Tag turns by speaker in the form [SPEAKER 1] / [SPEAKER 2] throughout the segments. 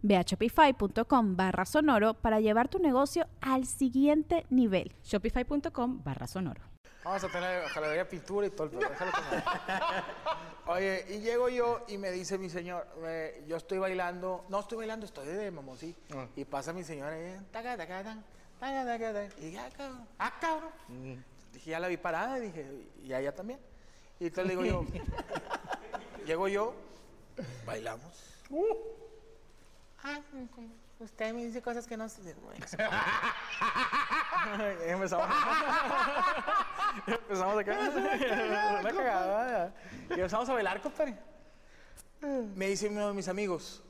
[SPEAKER 1] Ve a shopify.com barra sonoro para llevar tu negocio al siguiente nivel.
[SPEAKER 2] Shopify.com barra sonoro.
[SPEAKER 3] Vamos a tener jaladería pintura y todo el pedo, déjalo como es. Oye, y llego yo y me dice mi señor, eh, yo estoy bailando, no estoy bailando, estoy de mamón, sí. Y pasa mi señora y taca, taca, tan, taca, taca, tan. Y ya, cabrón, ah, cabrón. Dije, ya la vi parada, y dije, y a ella también. Y entonces le digo yo, llego yo, bailamos. Ah, como usted me dice cosas que no sé. Empezamos. Empezamos acá. Una cagada. Y empezamos a bailar, compadre. Me dice uno de mis amigos,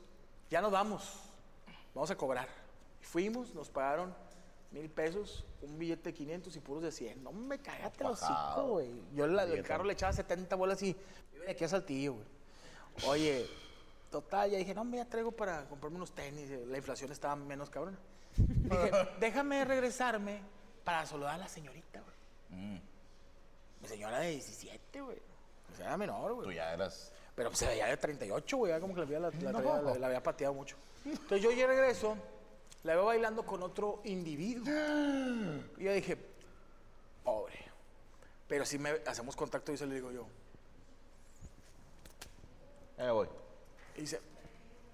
[SPEAKER 3] ya nos vamos, vamos a cobrar. Y fuimos, nos pagaron mil pesos, un billete de 500 y puros de 100. No me cagaste los cinco, güey. Yo la- el carro le echaba 70 bolas y yo de aquí a Saltillo, güey. Oye, total, ya dije, no, me ya traigo para comprarme unos tenis. eh, La inflación estaba menos cabrona. Dije, déjame regresarme para saludar a la señorita, güey.
[SPEAKER 4] Mm.
[SPEAKER 3] Mi señora de 17, güey. Mi señora menor,
[SPEAKER 4] Tú
[SPEAKER 3] güey.
[SPEAKER 4] ya eras.
[SPEAKER 3] Pero pues, se veía de 38, güey. ya Como que la, vida la, la traía- la- la había pateado mucho. Entonces yo ya regreso, la veo bailando con otro individuo. Y yo dije, pobre. Pero si me hacemos contacto y se le digo yo.
[SPEAKER 4] Ya me voy.
[SPEAKER 3] Y dice,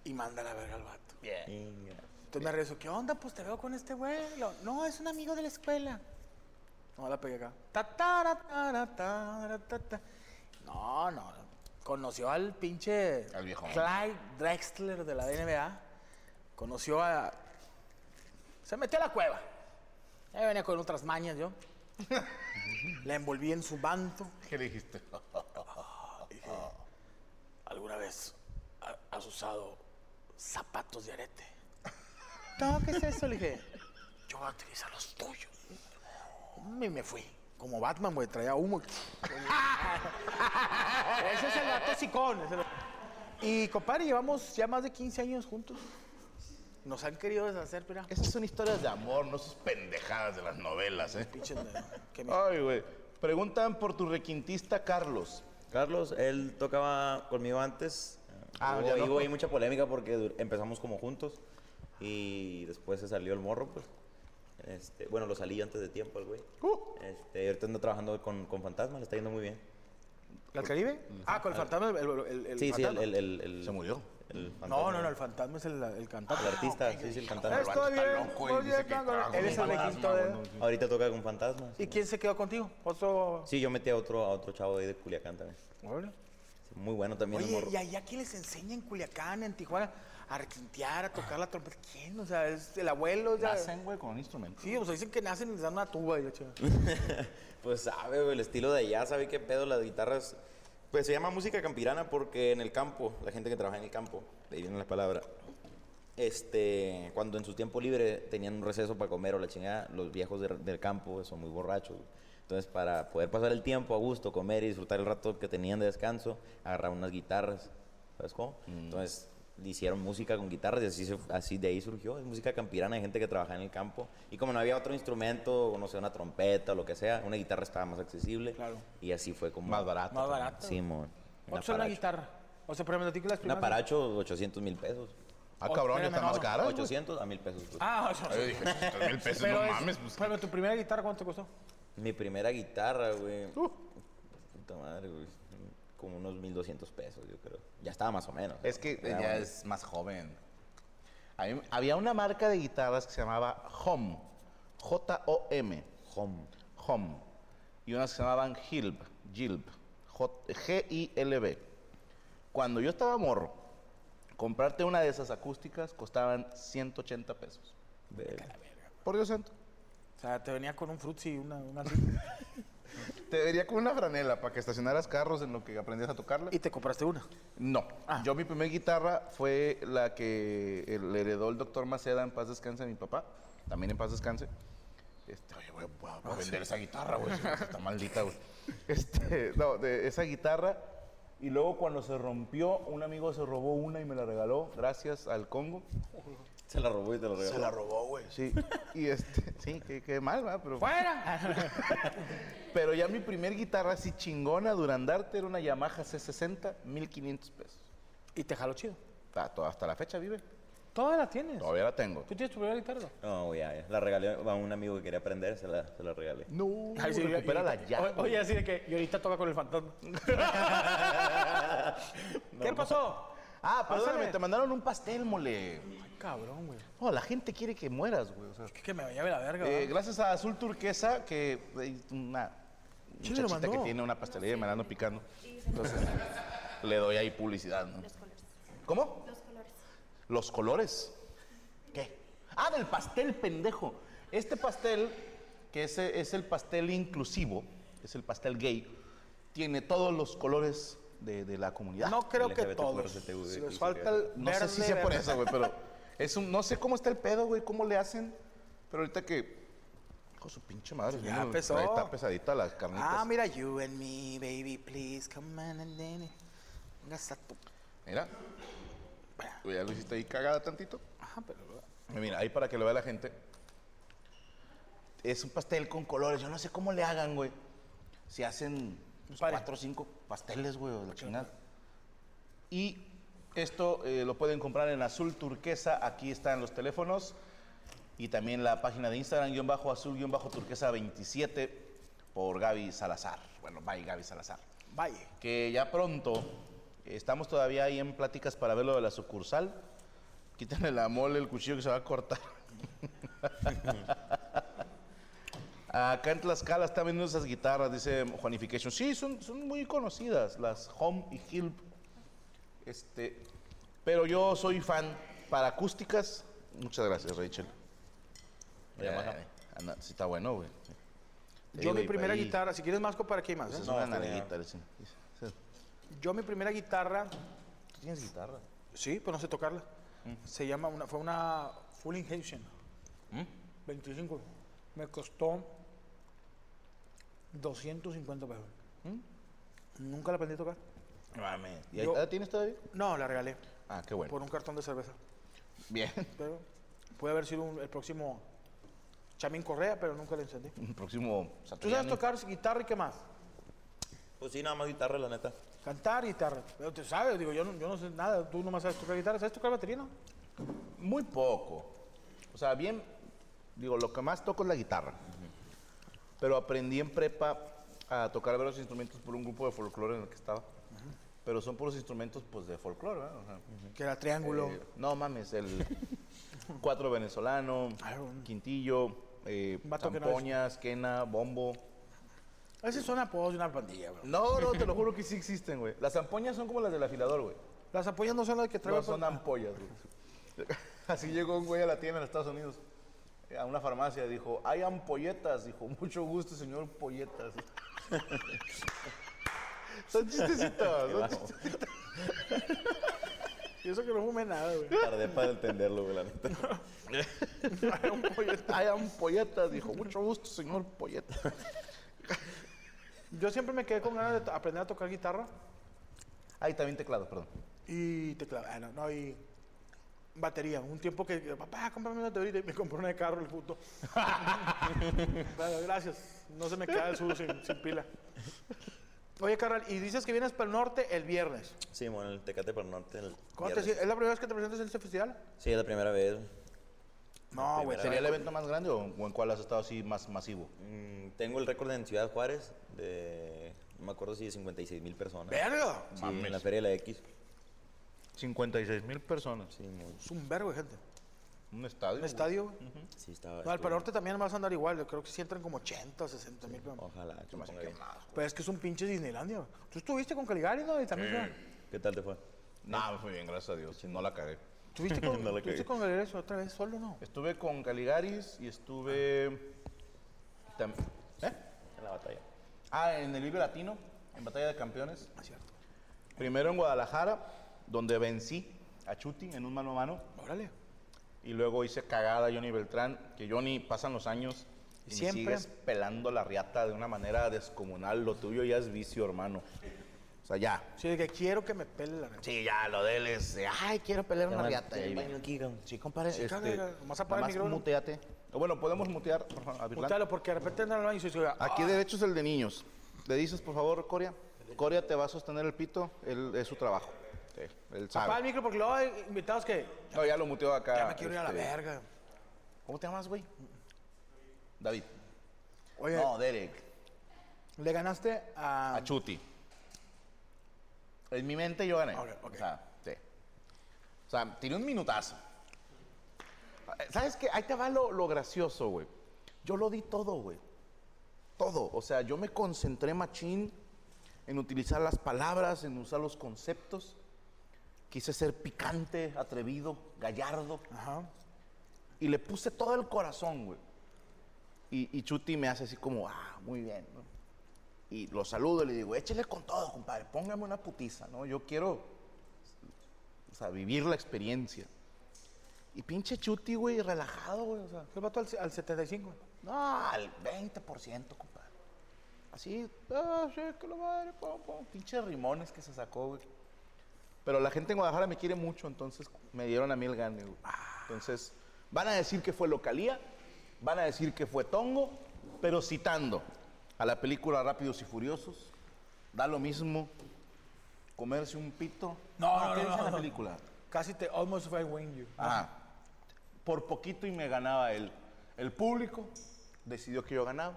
[SPEAKER 3] y manda la verga al vato. Entonces me regreso, ¿qué onda? Pues te veo con este güey. Lo- No, es un amigo de la escuela. No, la pegué acá. Ta, tara, tara, tara, ta, ta. No, no. Conoció al pinche
[SPEAKER 4] Al viejón.
[SPEAKER 3] Clyde Drexler de la NBA. Conoció a. Se metió a la cueva. Ya venía con otras mañas yo. la envolví en su manto.
[SPEAKER 4] ¿Qué le dijiste?
[SPEAKER 3] ¿Alguna vez ha- has usado zapatos de arete? No, ¿qué es eso? Le dije, yo voy a utilizar los tuyos. Y me fui. Como Batman, güey, traía humo. ese es el gato sicón. ese es el- Y, compadre, llevamos ya más de 15 años juntos. Nos han querido deshacer, pero...
[SPEAKER 4] Esas son historias de amor, no esas pendejadas de las novelas, ¿eh?
[SPEAKER 3] Que me-
[SPEAKER 4] Ay, güey. Preguntan por tu requintista, Carlos.
[SPEAKER 5] Carlos, él tocaba conmigo antes.
[SPEAKER 4] Ah,
[SPEAKER 5] hubo,
[SPEAKER 4] ya no.
[SPEAKER 5] y hubo ahí mucha polémica porque dur- empezamos como juntos y después se salió el morro, pues. Este, bueno, lo salí antes de tiempo el güey.
[SPEAKER 3] Uh.
[SPEAKER 5] Este, y ahorita anda trabajando con, con Fantasma, le está yendo muy bien.
[SPEAKER 3] ¿La Caribe? Ah, con el fantasma. El, el- el- el
[SPEAKER 5] sí, sí, el,
[SPEAKER 3] fantasma.
[SPEAKER 5] el, el- el-
[SPEAKER 4] Se murió.
[SPEAKER 5] el
[SPEAKER 3] No,
[SPEAKER 5] fantasma.
[SPEAKER 3] no, no, el fantasma es el, el cantante.
[SPEAKER 5] El artista, sí, sí, el fantasma.
[SPEAKER 4] Estoy
[SPEAKER 3] Estoy
[SPEAKER 4] bien,
[SPEAKER 3] bien,
[SPEAKER 4] estoy bien, cabrón.
[SPEAKER 3] Él es el de quinto dedo.
[SPEAKER 4] ¿eh?
[SPEAKER 5] Ahorita toca con Fantasma.
[SPEAKER 3] ¿Y quién se quedó contigo? Otro.
[SPEAKER 5] Sí, yo metí a otro, a otro chavo ahí de Culiacán también.
[SPEAKER 3] Órale.
[SPEAKER 5] Sí, Muy bueno también el
[SPEAKER 3] Oye,
[SPEAKER 5] morro.
[SPEAKER 3] ¿y allá quién les enseña en Culiacán, en Tijuana, a requintear, a tocar la trompeta? ¿Quién? O sea, es el abuelo. o sea,
[SPEAKER 4] Nacen, güey, con un instrumento.
[SPEAKER 3] Sí, o sea, dicen que nacen y les dan una tuba. Y la chingada.
[SPEAKER 5] Pues sabe, güey, el estilo de allá, sabe qué pedo las guitarras. Pues se llama música campirana porque en el campo, la gente que trabaja en el campo, de ahí viene la palabra. Este, cuando en su tiempo libre tenían un receso para comer o la chingada, los viejos del- del campo son muy borrachos. güey. Entonces, para poder pasar el tiempo a gusto, comer y disfrutar el rato que tenían de descanso, agarraban unas guitarras. ¿Sabes cómo?
[SPEAKER 3] Mm.
[SPEAKER 5] Entonces, hicieron música con guitarras y así, se- así de ahí surgió. Es música campirana, hay gente que trabaja en el campo. Y como no había otro instrumento, o no sé, una trompeta o lo que sea, una guitarra estaba más accesible.
[SPEAKER 3] Claro.
[SPEAKER 5] Y así fue como.
[SPEAKER 4] Más barato.
[SPEAKER 3] Más barato.
[SPEAKER 5] Sí, mon.
[SPEAKER 3] ¿Cuánto sale una guitarra? O sea, por ejemplo, a ti que las
[SPEAKER 5] Un
[SPEAKER 3] primeras-
[SPEAKER 5] aparacho, 800 mil pesos.
[SPEAKER 4] Ah, cabrón, ya
[SPEAKER 3] Espérame,
[SPEAKER 4] está más
[SPEAKER 3] no.
[SPEAKER 4] cara. güey.
[SPEAKER 5] 800 a mil pesos. pues.
[SPEAKER 3] Ah, o sea,
[SPEAKER 4] Yo dije, 800 mil pesos,
[SPEAKER 3] pero
[SPEAKER 4] no
[SPEAKER 3] es-
[SPEAKER 4] mames. Pues,
[SPEAKER 3] Por ejemplo, tu primera guitarra, ¿cuánto te costó?
[SPEAKER 5] Mi primera guitarra, güey.
[SPEAKER 4] Uh.
[SPEAKER 5] Puta madre, güey. Como unos 1200 pesos, yo creo. Ya estaba más o menos.
[SPEAKER 4] es que
[SPEAKER 5] Era
[SPEAKER 4] ya
[SPEAKER 5] bueno.
[SPEAKER 4] es más joven. A mí- había una marca de guitarras que se llamaba Home. J-O-M.
[SPEAKER 5] Home.
[SPEAKER 4] Home. y unas que se llamaban Gilb, Gilb, J- G-I-L-B. Cuando yo estaba morro, comprarte una de esas acústicas costaban 180 pesos. Por Dios santo.
[SPEAKER 3] O sea, te venía con un frutzi y una, una...
[SPEAKER 4] Te vería con una franela para que estacionaras carros en lo que aprendías a tocarla.
[SPEAKER 3] y te compraste una.
[SPEAKER 4] No. Yo mi primera guitarra fue la que el- le heredó el doctor Maceda en paz descanse a mi papá. También en paz descanse. Este, oye, güey, voy a, voy a vender esa guitarra, güey. Está maldita, güey. Este, no, de esa guitarra. Y luego cuando se rompió, un amigo se robó una y me la regaló, gracias al Congo.
[SPEAKER 5] Se la robó y te la regaló.
[SPEAKER 4] robó, güey. Sí. Y este, sí, qué, qué mal, ¿verdad? Pero,
[SPEAKER 3] ¡Fuera!
[SPEAKER 4] pero ya mi primer guitarra así chingona, Durandarte, era una Yamaha C60, 1500 pesos.
[SPEAKER 3] y te jaló chido.
[SPEAKER 4] Hasta, hasta la fecha vive.
[SPEAKER 3] Todas las tienes.
[SPEAKER 4] Todavía la tengo.
[SPEAKER 3] ¿Tú tienes tu primera guitarra?
[SPEAKER 5] No, ya, ya. La regalé a un amigo que quería aprender, se la, se la regalé.
[SPEAKER 4] No,
[SPEAKER 3] Ay, Ah, sí,
[SPEAKER 4] recupérala
[SPEAKER 3] y-
[SPEAKER 4] ya.
[SPEAKER 3] o- Oye, así de que, y ahorita toca con el fantasma. ¿Qué pasó?
[SPEAKER 4] Ah,
[SPEAKER 3] Pásale.
[SPEAKER 4] perdóname, te mandaron un pastel, mole.
[SPEAKER 3] Ay, cabrón, güey.
[SPEAKER 4] No, la gente quiere que mueras, güey. o sea.
[SPEAKER 3] Que, que me vaya a la verga,
[SPEAKER 4] Eh,
[SPEAKER 3] ¿verdad?
[SPEAKER 4] gracias a Azul Turquesa, que eh, una
[SPEAKER 3] ¿Quién le lo
[SPEAKER 4] muchachita que
[SPEAKER 3] mandó?
[SPEAKER 4] tiene una pastelería y me la ando picando. Entonces, le doy ahí publicidad, ¿no? ¿Cómo? Los colores. ¿Los colores? ¿Qué? Ah, del pastel, pendejo. Este pastel, que es, eh, es el pastel inclusivo, es el pastel gay, tiene todos los colores de, de la comunidad.
[SPEAKER 3] No creo que
[SPEAKER 5] LGBTQ+,
[SPEAKER 3] todos.
[SPEAKER 5] LGBTQ+,
[SPEAKER 3] Si nos falta el
[SPEAKER 4] No sé si
[SPEAKER 3] verde,
[SPEAKER 4] sea por
[SPEAKER 3] verde.
[SPEAKER 4] eso, güey, pero es un, no sé cómo está el pedo, güey, cómo le hacen. Pero ahorita que. Con su pinche madre.
[SPEAKER 3] Ya
[SPEAKER 4] vino,
[SPEAKER 3] empezó.
[SPEAKER 4] trae- Está pesadita las carnitas.
[SPEAKER 3] Ah, mira, you and me, baby, please, come on and then it- Vengas a tu...
[SPEAKER 4] Mira. Tú ya lo hiciste ahí cagada tantito.
[SPEAKER 3] Ajá, pero...
[SPEAKER 4] Y Mira, ahí para que lo vea la gente. Es un pastel con colores. Yo no sé cómo le hagan, güey. Si hacen unos
[SPEAKER 3] Pare.
[SPEAKER 4] cuatro o cinco pasteles, güey, o la chingada. Y esto eh, lo pueden comprar en azul turquesa. Aquí están los teléfonos. Y también la página de Instagram, guión bajo azul, guión bajo turquesa 27 por Gaby Salazar. Bueno, bye Gaby Salazar.
[SPEAKER 3] Vaya.
[SPEAKER 4] Que ya pronto, eh, estamos todavía ahí en pláticas para ver lo de la sucursal. Quítale la mole, el cuchillo que se va a cortar. Acá en Tlaxcala están vendiendo esas guitarras, dice Juanification. Sí, son, son muy conocidas, las Home y Hill. Este, pero yo soy fan para acústicas. Muchas gracias, Rachel.
[SPEAKER 5] Oye, maja.
[SPEAKER 4] Eh, anda, sí está bueno, güey. Sí. Te
[SPEAKER 3] Yo
[SPEAKER 4] digo,
[SPEAKER 3] mi
[SPEAKER 4] y-
[SPEAKER 3] primera
[SPEAKER 4] y-
[SPEAKER 3] guitarra, si quieres más, para aquí hay más.
[SPEAKER 4] pues
[SPEAKER 3] ¿eh?
[SPEAKER 4] es
[SPEAKER 5] No,
[SPEAKER 4] una
[SPEAKER 5] está bien.
[SPEAKER 4] nalguita, dicen. Sí.
[SPEAKER 3] Yo mi primera guitarra,
[SPEAKER 4] ¿Tú tienes guitarra? Mm.
[SPEAKER 3] sí, pero no sé tocarla. Se llama, una, fue una Full Intention. 25. Me costó 250 pesos.
[SPEAKER 4] ¿Mm?
[SPEAKER 3] Nunca la aprendí a tocar.
[SPEAKER 4] Mames. ¿Y ahí
[SPEAKER 3] Yo-
[SPEAKER 4] la tienes todavía?
[SPEAKER 3] No, la regalé
[SPEAKER 4] Ah, qué bueno.
[SPEAKER 3] por un cartón de cerveza.
[SPEAKER 4] Bien.
[SPEAKER 3] Pero puede haber sido un- el próximo Chamín Correa, pero nunca la encendí.
[SPEAKER 4] Un próximo
[SPEAKER 3] ¿Tú sabes
[SPEAKER 4] Satriani.
[SPEAKER 3] tocar guitarra y qué más?
[SPEAKER 5] Pues sí, nada más guitarra, la neta.
[SPEAKER 3] Cantar guitarra. Pero te sabes, digo, yo no, yo no sé nada. Tú nomás sabes tocar guitarra. ¿Sabes tocar batería, no?
[SPEAKER 4] Muy poco. O sea, bien, digo, lo que más toco es la guitarra. Pero aprendí en prepa a tocar varios instrumentos por un grupo de folclore en el que estaba. Pero son puros instrumentos, pues, de folclore, ¿verdad? O sea,
[SPEAKER 3] Que era triángulo.
[SPEAKER 4] eh, no mames, el cuatro venezolano,
[SPEAKER 3] Ay, un-
[SPEAKER 4] quintillo, eh,
[SPEAKER 3] Un vato que no es-
[SPEAKER 4] zampoñas, quena, bombo.
[SPEAKER 3] A veces son apodos de una pandilla, bro.
[SPEAKER 4] No, no, te lo juro que sí existen, güey. Las zampoñas son como las del afilador, güey.
[SPEAKER 3] Las apoyas no son las que traigo.
[SPEAKER 4] No, son ampollas, güey. Así llegó un güey a la tienda en Estados Unidos, eh, a una farmacia, dijo, hay ampolletas. Dijo, mucho gusto, señor Polletas. son chistecitos, son chistecitos.
[SPEAKER 3] Y eso que no fumé nada, güey.
[SPEAKER 5] Tardé para entenderlo, güey, la neta.
[SPEAKER 4] Hay ampolletas. Hay ampolletas. Dijo, mucho gusto, señor Polletas.
[SPEAKER 3] Yo siempre me quedé con ganas de to- aprender a tocar guitarra
[SPEAKER 4] Ahí también teclado, perdón.
[SPEAKER 3] y teclado. Ah, no, no, y batería. Un tiempo que, que, papá, cómprame una batería y me compró una de carro el puto. Bueno, gracias. No se me queda el sur sin, sin pila. Oye, carnal, y dices que vienes para el norte el viernes.
[SPEAKER 5] Sí, bueno, el Tecate para el Norte. El
[SPEAKER 3] ¿Cómo te,
[SPEAKER 5] viernes.
[SPEAKER 3] ¿Es la primera vez que te presentas en este festival?
[SPEAKER 5] Sí, es la primera vez. güey.
[SPEAKER 3] No, güey.
[SPEAKER 4] ¿Sería
[SPEAKER 5] primera
[SPEAKER 3] sería
[SPEAKER 4] el evento más grande o o en cuál has estado así más masivo?
[SPEAKER 5] Mm, tengo el récord en Ciudad Juárez de, no me acuerdo si de 56 mil personas.
[SPEAKER 3] ¡Verga!
[SPEAKER 5] Sí, en la Feria de la X.
[SPEAKER 4] 56 mil personas.
[SPEAKER 5] Sí, muy-
[SPEAKER 3] Es un vergo de gente.
[SPEAKER 4] Un estadio.
[SPEAKER 3] ¿Un
[SPEAKER 4] güey.
[SPEAKER 3] estadio? güey?
[SPEAKER 5] Sí, estaba.
[SPEAKER 3] No, al
[SPEAKER 5] estuvo-
[SPEAKER 3] Norte también vas a andar igual. Yo creo que sí entran como 80, 60 mil. pero-
[SPEAKER 5] Ojalá. que
[SPEAKER 4] Se me hace
[SPEAKER 5] ponga bien.
[SPEAKER 4] que más.
[SPEAKER 3] Pero es que es un pinche Disneylandia. güey. Tú estuviste con Caligari, ¿no? Y también fue-
[SPEAKER 5] ¿Qué tal te fue?
[SPEAKER 4] No, me fue bien, gracias a Dios. No la cagué.
[SPEAKER 3] ¿Tuviste con,
[SPEAKER 5] No la
[SPEAKER 3] ¿tuviste
[SPEAKER 5] cagué.
[SPEAKER 3] con Caligari eso otra vez solo, no?
[SPEAKER 4] Estuve con Caligaris y estuve. tam- ¿Eh?
[SPEAKER 5] En la batalla.
[SPEAKER 4] Ah, en el Vive Latino, en Batalla de Campeones.
[SPEAKER 3] Ah, cierto.
[SPEAKER 4] Primero en Guadalajara, donde vencí a Chuti en un mano a mano.
[SPEAKER 3] Órale.
[SPEAKER 4] Y luego hice cagada a Johnny Beltrán, que Johnny pasan los años y me
[SPEAKER 3] Siempre.
[SPEAKER 4] sigues pelando la riata de una manera descomunal. Lo tuyo ya es vicio, hermano. O sea, ya.
[SPEAKER 3] Sí, de que quiero que me pele la neta.
[SPEAKER 4] Sí, ya, lo de él es de, ay, quiero pelear una riata. Y bueno, Sí, compadre,
[SPEAKER 3] Sí,
[SPEAKER 4] este,
[SPEAKER 3] cámara, nomás apaga el
[SPEAKER 4] nada
[SPEAKER 3] micrófono.
[SPEAKER 4] muteate. O bueno, podemos mutear, por favor, a Virlán.
[SPEAKER 3] Púntalo, porque de repente andan al baño y se oiga,
[SPEAKER 4] Aquí
[SPEAKER 3] "Ah".
[SPEAKER 4] derecho es el de niños. Le dices, por favor, Coria. Coria te va a sostener el pito, él, es su trabajo. Sí, él
[SPEAKER 3] Apaga el
[SPEAKER 4] sabe.
[SPEAKER 3] micro porque luego hay invitados que.
[SPEAKER 4] No, ya lo muteó acá.
[SPEAKER 3] Ya me quiero ir a la
[SPEAKER 4] este,
[SPEAKER 3] verga.
[SPEAKER 4] ¿Cómo te llamas, güey? David.
[SPEAKER 3] Oye,
[SPEAKER 4] No, Derek.
[SPEAKER 3] le ganaste a.
[SPEAKER 4] A Chuti. En mi mente yo gané.
[SPEAKER 3] Ok, ok.
[SPEAKER 4] O sea, sí. O sea, tiré un minutazo. Eh, ¿Sabes qué? Ahí te va lo, lo gracioso, güey. Yo lo di todo, güey. Todo. O sea, yo me concentré machín en utilizar las palabras, en usar los conceptos. Quise ser picante, atrevido, gallardo.
[SPEAKER 3] Ajá.
[SPEAKER 4] Y le puse todo el corazón, güey. Y, y Chuti me hace así como, ah, muy bien, ¿no? Y lo saludo y le digo, échale con todo, compadre, póngame una putiza, ¿no? Yo quiero, o sea, vivir la experiencia. Y pinche Chuti, güey, relajado, güey, o sea,
[SPEAKER 3] El vato al, al 75.
[SPEAKER 4] no, al 20%, compadre. Así, ah, sí, que la madre, pum, pum. Pinche rimones que se sacó, güey. Pero la gente en Guadalajara me quiere mucho, entonces me dieron a mí el gane, güey. Entonces, van a decir que fue localía, van a decir que fue tongo, pero citando a la película Rápidos y Furiosos, da lo mismo comerse un pito.
[SPEAKER 3] No, no,
[SPEAKER 4] ¿qué
[SPEAKER 3] no,
[SPEAKER 4] dice
[SPEAKER 3] no,
[SPEAKER 4] la
[SPEAKER 3] no.
[SPEAKER 4] película?
[SPEAKER 3] Casi te almost I win you.
[SPEAKER 4] Ajá. Ah. Por poquito y me ganaba él. El público decidió que yo ganaba.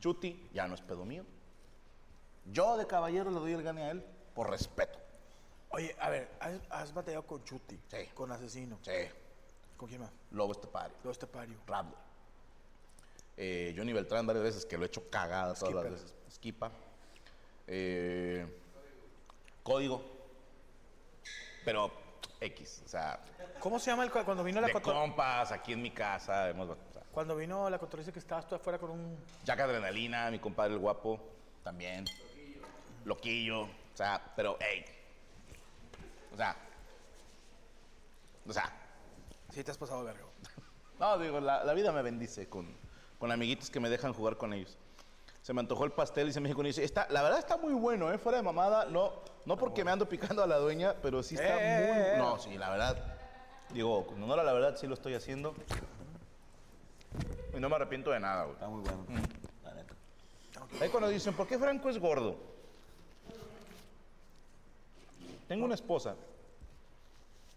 [SPEAKER 4] Chuti, ya no es pedo mío. Yo de caballero le doy el gane a él por respeto.
[SPEAKER 3] Oye, a ver, has, has batallado con Chuti.
[SPEAKER 4] Sí.
[SPEAKER 3] Con Asesino.
[SPEAKER 4] Sí. este
[SPEAKER 3] ¿Con quién más?
[SPEAKER 4] Lobo Estepario.
[SPEAKER 3] Los Tepario.
[SPEAKER 4] Rablo. Eh, Johnny Beltrán varias veces que lo he hecho cagada todas las
[SPEAKER 3] Skipper.
[SPEAKER 4] veces. Esquipa. código. Pero X. O sea,
[SPEAKER 3] ¿Cómo se llama el cu- cuando vino la
[SPEAKER 4] de
[SPEAKER 3] cotor-
[SPEAKER 4] compas, aquí en mi casa. Hemos, o sea,
[SPEAKER 3] Cuando vino la cotorriza que estabas tú afuera con un.
[SPEAKER 4] Jack Adrenalina, mi compadre el guapo, también. Loquillo. O sea, pero, hey. O sea. O sea.
[SPEAKER 3] Sí, te has pasado verga.
[SPEAKER 4] No, digo, la, la vida me bendice con, con amiguitos que me dejan jugar con ellos. Se me antojó el pastel y se me dijo, dice, está, la verdad está muy bueno, ¿eh? Fuera de mamada, no, no porque me ando picando a la dueña, pero sí está
[SPEAKER 3] Eh,
[SPEAKER 4] muy...
[SPEAKER 3] eh, eh.
[SPEAKER 4] No, sí, la verdad. Digo, con honor a la verdad, sí lo estoy haciendo. Y no me arrepiento de nada, güey.
[SPEAKER 5] Está muy bueno. La neta.
[SPEAKER 4] Ahí cuando dicen, ¿por qué Franco es gordo? Tengo una esposa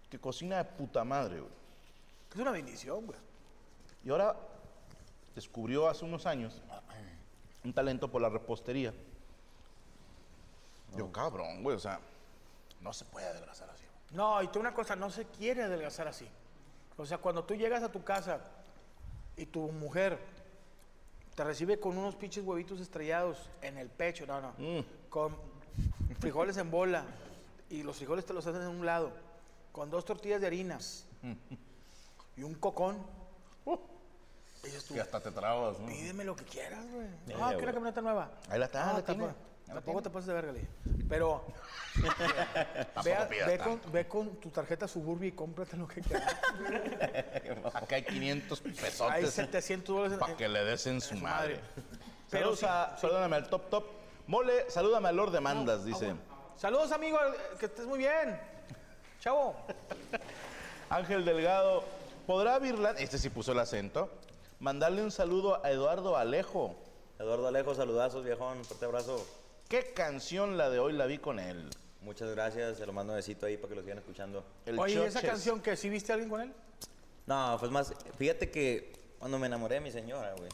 [SPEAKER 4] que cocina de puta madre, güey.
[SPEAKER 3] Es una bendición, güey.
[SPEAKER 4] Y ahora descubrió hace unos años un talento por la repostería. Yo, cabrón, güey, o sea, no se puede adelgazar así.
[SPEAKER 3] No, y tú una cosa, no se quiere adelgazar así. O sea, cuando tú llegas a tu casa y tu mujer te recibe con unos pinches huevitos estrellados en el pecho, no, no, con frijoles en bola y los frijoles te los hacen en un lado, con dos tortillas de harinas y un cocón, dices tú,
[SPEAKER 4] Que hasta te trabas, ¿no?
[SPEAKER 3] pídeme lo que quieras, güey.
[SPEAKER 5] Ya,
[SPEAKER 3] No,
[SPEAKER 5] ya,
[SPEAKER 3] quiero
[SPEAKER 5] güey.
[SPEAKER 3] que camioneta nueva.
[SPEAKER 4] Eh, Ahí la está,
[SPEAKER 3] No,
[SPEAKER 4] la tiene,
[SPEAKER 3] tampoco-
[SPEAKER 4] ya la
[SPEAKER 3] Tampoco
[SPEAKER 4] tiene.
[SPEAKER 3] te pases de verga, le dije. Pero... Ve, a-
[SPEAKER 4] Tampoco pidas
[SPEAKER 3] ve
[SPEAKER 4] tanto.
[SPEAKER 3] con, ve con tu tarjeta Suburbia y cómprate lo que quieras.
[SPEAKER 4] Acá hay 500
[SPEAKER 3] Hay
[SPEAKER 4] pesotes
[SPEAKER 3] 700 dólares.
[SPEAKER 4] para que le des en su madre.
[SPEAKER 3] Pero
[SPEAKER 4] Pero
[SPEAKER 3] sí,
[SPEAKER 4] Perdóname, al top top. Mole, salúdame al Lord Demandas, dice.
[SPEAKER 3] Saludos, amigo. Que estés muy bien. Chavo.
[SPEAKER 4] Ángel Delgado, ¿podrá Virlan, este sí puso el acento, mandarle un saludo a Eduardo Alejo?
[SPEAKER 5] Eduardo Alejo, saludazos, viejón. Fuerte abrazo.
[SPEAKER 4] ¿Qué canción la de hoy la vi con él?
[SPEAKER 5] Muchas gracias. Se lo mando un besito ahí para que lo sigan escuchando.
[SPEAKER 4] El
[SPEAKER 3] Oye, ¿y esa
[SPEAKER 4] Choches.
[SPEAKER 3] canción que sí viste a alguien con él?
[SPEAKER 5] No, pues más, fíjate que cuando me enamoré de mi señora, güey,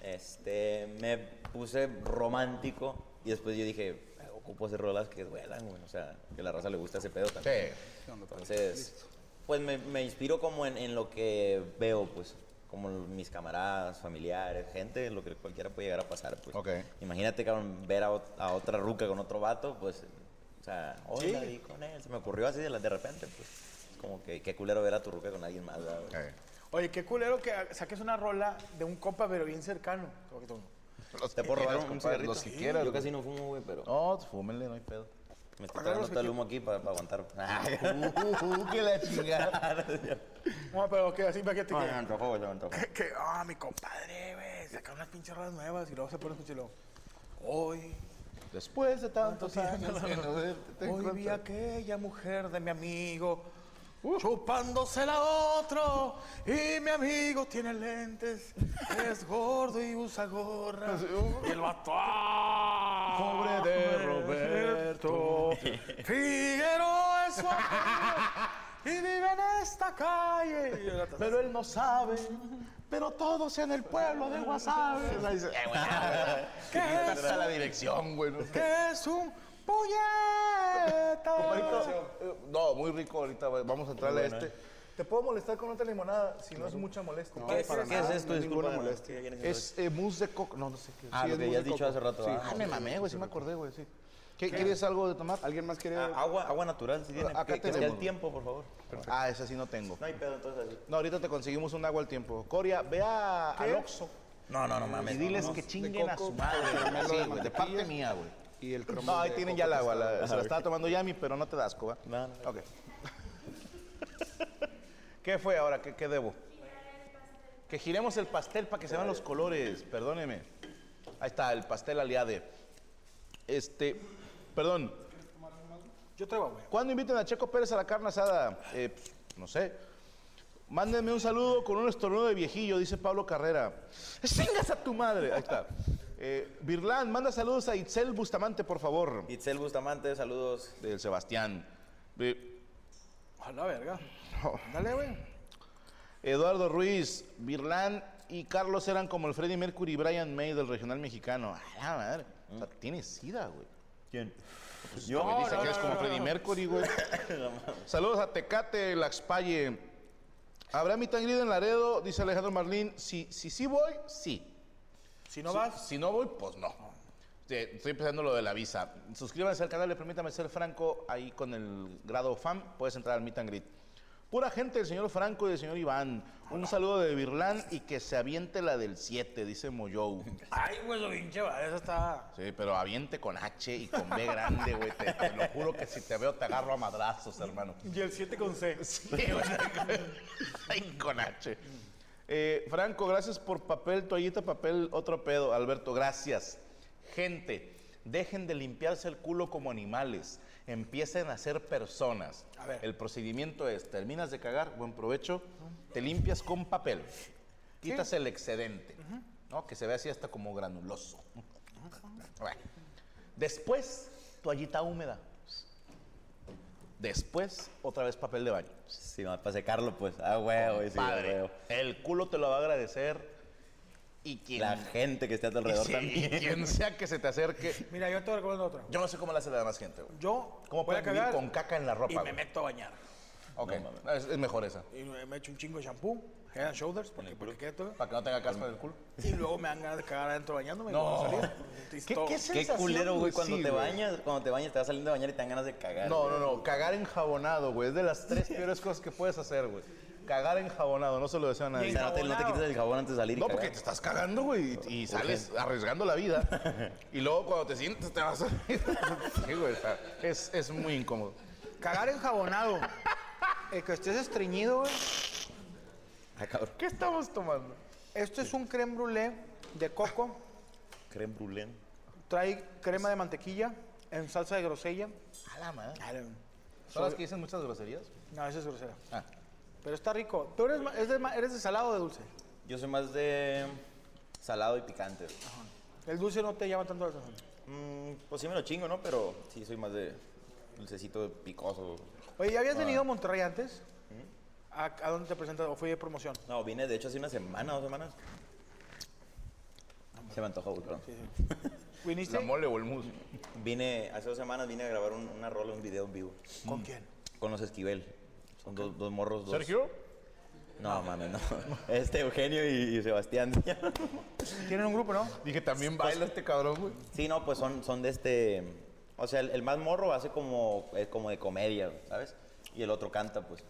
[SPEAKER 5] este, me puse romántico y después yo dije, ocupo hacer rolas que duelan, güey, o sea, que la raza le gusta ese pedo también.
[SPEAKER 4] Sí.
[SPEAKER 5] Entonces, Pues me, me inspiro como en, en lo que veo, pues. Como mis camaradas, familiares, gente, lo que cualquiera puede llegar a pasar, pues.
[SPEAKER 4] Ok.
[SPEAKER 5] Imagínate, cabrón, ver a, ot- a otra ruca con otro vato, pues. O sea, hoy
[SPEAKER 3] Sí.
[SPEAKER 5] la vi con él. Se me ocurrió así de, la- de repente, pues. Es Como que qué culero ver a tu ruca con alguien más, ¿verdad, güey?
[SPEAKER 4] Eh,
[SPEAKER 3] Oye, qué culero que saques una rola de un copa, pero bien cercano. Como que tú,
[SPEAKER 4] los
[SPEAKER 5] ¿Te
[SPEAKER 4] que
[SPEAKER 5] puedo robar
[SPEAKER 4] quieras,
[SPEAKER 5] un
[SPEAKER 4] compadre,
[SPEAKER 5] cigarrito?
[SPEAKER 4] Los que quieras.
[SPEAKER 5] Yo
[SPEAKER 4] güey.
[SPEAKER 5] casi no fumo, güey, pero
[SPEAKER 4] No, pues, fúmenle, no hay pedo.
[SPEAKER 5] me estoy tragando todo el humo aquí para, para aguantar.
[SPEAKER 4] Uh, que la chingada.
[SPEAKER 3] No, pero que así para que te
[SPEAKER 5] No,
[SPEAKER 3] quede.
[SPEAKER 5] me antojó, güey, se me antojó.
[SPEAKER 3] Que, que, ah, mi compadre, güey, saca unas pinches rolas nuevas y luego se pone a escucharlo. Hoy,
[SPEAKER 4] Después de tantos años. que no sé, te
[SPEAKER 3] hoy vi a
[SPEAKER 4] encuentro.
[SPEAKER 3] aquella mujer de mi amigo chupándosela a otro y mi amigo tiene lentes, es gordo y usa gorra. y el vato, ¡ah!
[SPEAKER 4] Pobre de Roberto.
[SPEAKER 3] Figueroa es su apellido y vive en esta calle. Y el vato,
[SPEAKER 4] Pero él no sabe. Pero todos en el pueblo de Guasave. O sea, dice, eh, güey,
[SPEAKER 3] ¿Qué es
[SPEAKER 4] esta era la dirección, güey. ¿no?
[SPEAKER 3] que es un puñeta.
[SPEAKER 4] Compadrito, eh, No, muy rico ahorita. güey, Vamos a entrarle a este.
[SPEAKER 6] eh. Te puedo molestar con otra limonada si no es mucha molestia.
[SPEAKER 5] ¿Qué, es- qué es esto? Disculpa, ¿qué viene siendo
[SPEAKER 4] Es eh, mousse de coco. No, no sé qué.
[SPEAKER 5] Ah, lo
[SPEAKER 4] es
[SPEAKER 5] que
[SPEAKER 4] mousse
[SPEAKER 5] ya has
[SPEAKER 4] de
[SPEAKER 5] dicho
[SPEAKER 4] coco.
[SPEAKER 5] hace rato,
[SPEAKER 4] Sí.
[SPEAKER 5] ah.
[SPEAKER 4] Ah, me mamé, güey. Sí me acordé, güey. Sí. ¿Qué, ¿Quieres algo de tomar?
[SPEAKER 6] ¿Alguien más quiere?
[SPEAKER 5] Ah, agua, agua natural, si tiene.
[SPEAKER 4] Acá
[SPEAKER 5] que, que sea
[SPEAKER 4] tenemos.
[SPEAKER 5] el tiempo, por favor.
[SPEAKER 4] Ah, esa sí no tengo.
[SPEAKER 5] No hay pedo, entonces. así.
[SPEAKER 4] No, ahorita te conseguimos un agua al tiempo. Coria, ve a, al Oxxo
[SPEAKER 5] No, no, no mames.
[SPEAKER 4] y diles
[SPEAKER 5] no, no.
[SPEAKER 4] que chinguen a
[SPEAKER 6] coco,
[SPEAKER 4] su madre.
[SPEAKER 6] caramelo
[SPEAKER 4] Sí,
[SPEAKER 6] de
[SPEAKER 4] güey, de
[SPEAKER 6] mantequilla.
[SPEAKER 4] parte mía, güey.
[SPEAKER 6] Y el cromo
[SPEAKER 4] No, ahí
[SPEAKER 6] de
[SPEAKER 4] tienen
[SPEAKER 6] coco Ah,
[SPEAKER 4] ya el agua.
[SPEAKER 6] tostado.
[SPEAKER 4] la- se la estaba tomando Yami, pero no te das asco, ¿va?
[SPEAKER 5] No, no.
[SPEAKER 4] Ok. ¿Qué fue ahora? ¿Qué, qué debo? Que giremos el pastel para que se vean los colores. Perdóneme. Ahí está, el pastel aliade. Este, perdón.
[SPEAKER 3] Yo traigo agua.
[SPEAKER 4] ¿Cuándo invitan a Checo Pérez a la carne asada? Eh, pues, no sé. Mándenme un saludo con un estornudo de viejillo, dice Pablo Carrera. ¡Chingas a tu madre! Ahí está. Eh, Birlán, manda saludos a Itzel Bustamante, por favor.
[SPEAKER 5] Itzel Bustamante, saludos.
[SPEAKER 4] Del Sebastián. Eh,
[SPEAKER 3] A la verga. Dale, güey.
[SPEAKER 4] Eduardo Ruiz, Birlán y Carlos eran como el Freddie Mercury y Brian May del regional mexicano. A la madre. O sea, tienes sida, güey.
[SPEAKER 5] ¿Quién?
[SPEAKER 4] Yo, dice que eres como Freddie Mercury, güey. Saludos a Tecate, Laxpalle. ¿Habrá mi and greet en Laredo? Dice Alejandro Marlín. Si sí si, sí voy, sí.
[SPEAKER 3] Si no
[SPEAKER 4] Si-
[SPEAKER 3] vas,
[SPEAKER 4] Si no voy, pues no. Eh, Estoy pensando lo de la visa. Suscríbanse al canal, y permítame ser Franco, ahí con el grado FAM, puedes entrar al Meet and Greet. Pura gente, el señor Franco y el señor Iván. Un saludo de Birlán y que se aviente la del 7, dice Moyou.
[SPEAKER 3] ay, güey, lo pinche, va. Esa está.
[SPEAKER 4] Sí, pero aviente con H y con B grande, güey. Te, te lo juro que si te veo te agarro a madrazos, hermano.
[SPEAKER 3] Y el 7 con C.
[SPEAKER 4] Sí, o sea, ay, con H. Eh, Franco, gracias por papel, toallita, papel, otro pedo. Alberto, gracias. Gente, dejen de limpiarse el culo como animales. Empiecen a ser personas.
[SPEAKER 3] A ver.
[SPEAKER 4] El procedimiento es, terminas de cagar, buen provecho, te limpias con papel. Quitas el excedente, ¿no? Que se ve así hasta como granuloso. Bueno. Después, toallita húmeda. Después, otra vez papel de baño.
[SPEAKER 5] Sí, no, para secarlo, pues. Ah, huevo, sí, ah,
[SPEAKER 4] Padre,
[SPEAKER 5] huevo.
[SPEAKER 4] el culo te lo va a agradecer y quien,
[SPEAKER 5] La gente que esté a tu
[SPEAKER 4] y
[SPEAKER 5] alrededor
[SPEAKER 4] sí,
[SPEAKER 5] también.
[SPEAKER 4] y quien sea que se te acerque.
[SPEAKER 3] Mira, yo te recomiendo otra.
[SPEAKER 4] Yo no sé cómo le hace la demás gente, güey.
[SPEAKER 3] Yo
[SPEAKER 4] ¿Cómo
[SPEAKER 3] voy
[SPEAKER 4] puede
[SPEAKER 3] a
[SPEAKER 4] vivir
[SPEAKER 3] cagar
[SPEAKER 4] con caca en la
[SPEAKER 3] y
[SPEAKER 4] ropa,
[SPEAKER 3] me
[SPEAKER 4] güey?
[SPEAKER 3] meto a bañar.
[SPEAKER 4] Ok, es, es mejor esa.
[SPEAKER 3] Y me me echo un chingo de shampoo, head and shoulders, porque, porque quede todo.
[SPEAKER 4] Para que no tenga caspa en el culo.
[SPEAKER 3] Y luego me dan ganas de cagar adentro bañándome.
[SPEAKER 4] No.
[SPEAKER 3] cuando salí. Entonces,
[SPEAKER 4] ¿Qué-
[SPEAKER 3] todo.
[SPEAKER 4] qué se-
[SPEAKER 5] Qué
[SPEAKER 4] sensación,
[SPEAKER 5] culero, güey,
[SPEAKER 4] güey,
[SPEAKER 5] cuando
[SPEAKER 4] sí,
[SPEAKER 5] te
[SPEAKER 4] güey.
[SPEAKER 5] bañas, cuando te bañas, te vas saliendo de bañar y te dan ganas de cagar.
[SPEAKER 4] No,
[SPEAKER 5] güey.
[SPEAKER 4] no, no. Cagar enjabonado, güey. Es de las tres peores cosas que puedes hacer, güey. Cagar enjabonado, no se lo deseo a
[SPEAKER 5] O
[SPEAKER 4] nadie.
[SPEAKER 5] sea, no te, no te quites el jabón antes de salir y
[SPEAKER 4] No, porque
[SPEAKER 5] cagar.
[SPEAKER 4] te estás cagando, güey, y, y sales arriesgando la vida. Y luego cuando te sientes te vas a... Sí, güey, está- es, es muy incómodo.
[SPEAKER 3] Cagar enjabonado. El que estés estreñido, güey.
[SPEAKER 5] Ah, cabrón.
[SPEAKER 4] ¿Qué estamos tomando?
[SPEAKER 3] Esto es un creme brûlée de coco.
[SPEAKER 5] Creme brûlée.
[SPEAKER 3] Trae crema de mantequilla en salsa de grosella.
[SPEAKER 4] A la madre.
[SPEAKER 3] Ay,
[SPEAKER 4] ¿Son las que dicen muchas groserías?
[SPEAKER 3] No, eso es grosera.
[SPEAKER 4] Ah.
[SPEAKER 3] Pero está rico. ¿Tú eres, ma- es de ma- eres de salado o de dulce?
[SPEAKER 5] Yo soy más de salado y picante. güey.
[SPEAKER 3] El dulce no te llama tanto la atención.
[SPEAKER 5] Mm, pues sí me lo chingo, ¿no? Pero sí soy más de dulcecito picoso.
[SPEAKER 3] Oye, ¿ya habías venido a Monterrey antes? Ah. ¿A, a dónde te presentas? ¿O fue de promoción?
[SPEAKER 5] No, vine de hecho hace una semana, dos semanas. Se me antojó, güey, perdón.
[SPEAKER 3] ¿Viniste?
[SPEAKER 4] ¿La mole o el mousse?
[SPEAKER 5] Vine, hace dos semanas vine a grabar un- una rola, un video en vivo
[SPEAKER 3] ¿Con quién?
[SPEAKER 5] con los Esquivel. Son dos, dos morros, dos.
[SPEAKER 6] Sergio,
[SPEAKER 5] No, mames, no. Este Eugenio y, y Sebastián.
[SPEAKER 3] Tienen un grupo, ¿no?
[SPEAKER 4] Dije, también baila este cabrón, güey.
[SPEAKER 5] sí, no, pues son, son de este. O sea, el, el más morro hace como, es como de comedia, ¿sabes? Y el otro canta, pues.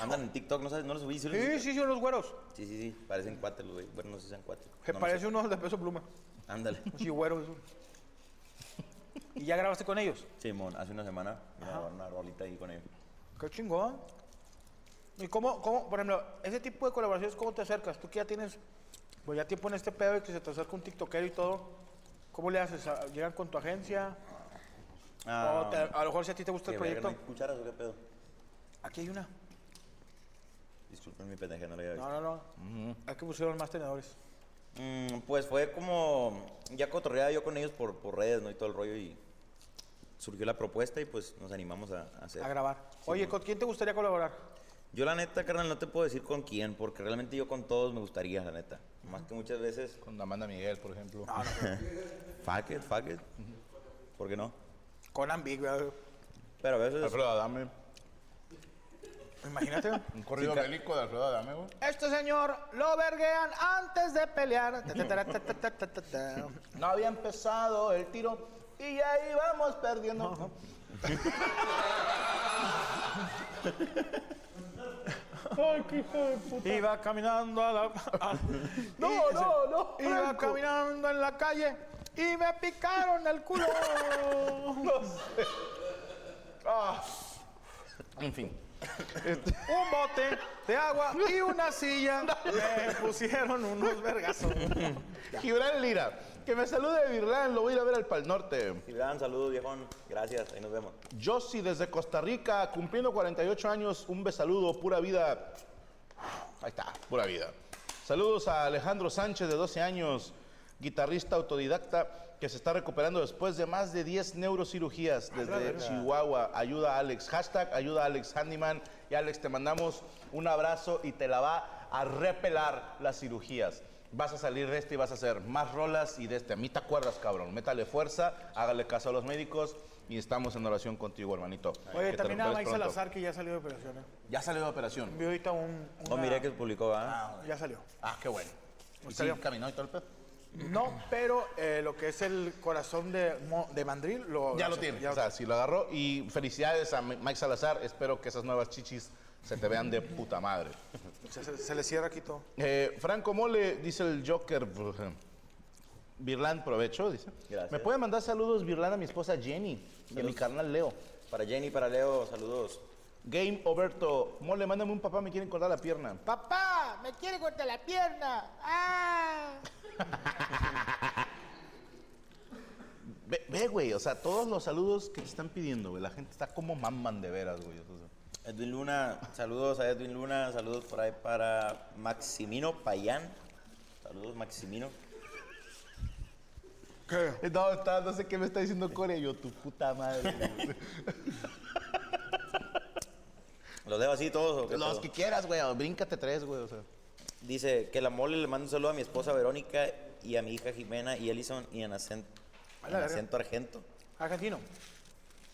[SPEAKER 5] Andan en TikTok, ¿no sabes? ¿No los subí? ¿Sí los
[SPEAKER 3] Sí,
[SPEAKER 5] subí?
[SPEAKER 3] sí, sí, los güeros.
[SPEAKER 5] Sí, sí, sí. Parecen cuatro, güey. Bueno, no sé si sean cuatro.
[SPEAKER 3] Que
[SPEAKER 5] No, no
[SPEAKER 3] parece
[SPEAKER 5] sé.
[SPEAKER 3] uno de peso pluma.
[SPEAKER 5] Ándale.
[SPEAKER 3] Sí, güero, eso. ¿Y ya grabaste con ellos?
[SPEAKER 5] Simón, hace una semana me grabaron una rolita ahí con ellos.
[SPEAKER 3] Qué chingón. ¿Y cómo, cómo, por ejemplo, ese tipo de colaboraciones, cómo te acercas? Tú que ya tienes, pues ya tiempo en este pedo y que se te acerca un tiktokero y todo, ¿cómo le haces? ¿A- ¿Llegan con tu agencia?
[SPEAKER 5] Ah,
[SPEAKER 3] O te- a lo mejor si a ti te gusta
[SPEAKER 5] ¿qué
[SPEAKER 3] el
[SPEAKER 5] verga,
[SPEAKER 3] proyecto.
[SPEAKER 5] ¿No hay cucharas o qué pedo?
[SPEAKER 3] Aquí hay una.
[SPEAKER 5] Disculpen mi pendeja, no la había visto.
[SPEAKER 3] No, no, no. Aquí pusieron más tenedores.
[SPEAKER 5] Mm, pues fue como. Ya cotorreaba yo con ellos por, por redes, ¿no? Y todo el rollo. Y surgió la propuesta y pues nos animamos a, a hacer.
[SPEAKER 3] A grabar. Oye, ¿con quién te gustaría colaborar?
[SPEAKER 5] Yo, la neta, carnal, no te puedo decir con quién, porque realmente yo con todos me gustaría, la neta. Más que muchas veces.
[SPEAKER 4] Con Amanda Miguel, por ejemplo.
[SPEAKER 5] Fuck it, fuck it. ¿Por qué no?
[SPEAKER 3] Conan Big, ¿verdad?
[SPEAKER 5] Pero a veces.
[SPEAKER 4] Alfredo Adame.
[SPEAKER 3] Imagínate.
[SPEAKER 4] Un corrido bélico de Alfredo Adame, güey.
[SPEAKER 3] este señor lo verguean antes de pelear. Ta, ta, ta, ta, ta, ta, ta, ta, ta.
[SPEAKER 4] No había empezado el tiro y ya íbamos perdiendo.
[SPEAKER 3] Iba caminando a la. a-
[SPEAKER 6] No,
[SPEAKER 3] y-
[SPEAKER 6] no, no,
[SPEAKER 3] Iba
[SPEAKER 6] Franco.
[SPEAKER 3] caminando en la calle y me picaron el culo. Ah.
[SPEAKER 4] En fin.
[SPEAKER 3] Este, Un bote de agua y una silla. Me pusieron unos vergazos.
[SPEAKER 4] Gibran Lira, que me salude Virlán, lo voy a ir a ver al Pal Norte.
[SPEAKER 5] Gibran, saludos, viejón. Gracias, ahí nos vemos.
[SPEAKER 4] Yossi desde Costa Rica, cumpliendo 48 años, un besaludo, pura vida. Ahí está, pura vida. Saludos a Alejandro Sánchez de 12 años, guitarrista autodidacta que se está recuperando después de más de 10
[SPEAKER 3] Ah,
[SPEAKER 4] neurocirugías desde Chihuahua. Ayuda a Alex. Hashtag ayuda a Alex Handyman. Y Alex, te mandamos un abrazo y te la va a repelar las cirugías. Vas a salir de este y vas a hacer más rolas y de este. A mí te acuerdas, cabrón. Métale fuerza, hágale caso a los médicos y estamos en oración contigo, hermanito. Que
[SPEAKER 3] Oye,
[SPEAKER 4] te
[SPEAKER 3] también a
[SPEAKER 4] recuperes
[SPEAKER 3] Mike
[SPEAKER 4] pronto.
[SPEAKER 3] Salazar que ya salió de operación. ¿eh?
[SPEAKER 4] Ya salió de operación.
[SPEAKER 3] Vi ahorita un.
[SPEAKER 5] No,
[SPEAKER 3] una-
[SPEAKER 5] miré que publicó, ¿ah?
[SPEAKER 3] Ya salió.
[SPEAKER 4] Ah, qué bueno. ¿Y sí, caminó y todo el pedo?
[SPEAKER 3] No, pero eh, lo que es el corazón de, Mo- de Mandril lo.
[SPEAKER 4] Ya lo tiene.
[SPEAKER 3] ya-
[SPEAKER 4] O sea, sí lo agarró. Y felicidades a Mi- Mike Salazar. Espero que esas nuevas chichis se te vean de puta madre.
[SPEAKER 3] se, se- se le cierra aquí todo.
[SPEAKER 4] Eh, Franco Mole, dice el Joker. eh, Virlan, provecho, dice.
[SPEAKER 5] Gracias.
[SPEAKER 4] ¿Me puede mandar saludos, Virlan, a mi esposa Jenny y a mi carnal Leo?
[SPEAKER 5] Para Jenny, para Leo, saludos.
[SPEAKER 4] Game Oberto, Mole, mándame un papá, me quieren cortar la pierna.
[SPEAKER 3] Papá, me quiere cortar la pierna. ¡Ah!
[SPEAKER 4] Ve, ve, güey, o sea, todos los saludos que te están pidiendo, güey. La gente está como maman de veras, güey. o sea.
[SPEAKER 5] Edwin Luna, saludos a Edwin Luna, saludos por ahí para Maximino Payán. Saludos, Maximino.
[SPEAKER 3] ¿Qué?
[SPEAKER 4] Eh, No, está- no sé qué me está diciendo Corea. Yo, tu puta madre. güey.
[SPEAKER 5] ¿Los dejo así todos o qué
[SPEAKER 4] Los
[SPEAKER 5] pedo?
[SPEAKER 4] que quieras, güey. o Bríncate tres, güey. O sea.
[SPEAKER 5] Dice que la mole le manda un saludo a mi esposa Verónica y a mi hija Jimena y Alison y en acento,
[SPEAKER 3] A
[SPEAKER 5] en
[SPEAKER 3] la verga.
[SPEAKER 5] acento argento.
[SPEAKER 3] Argentino.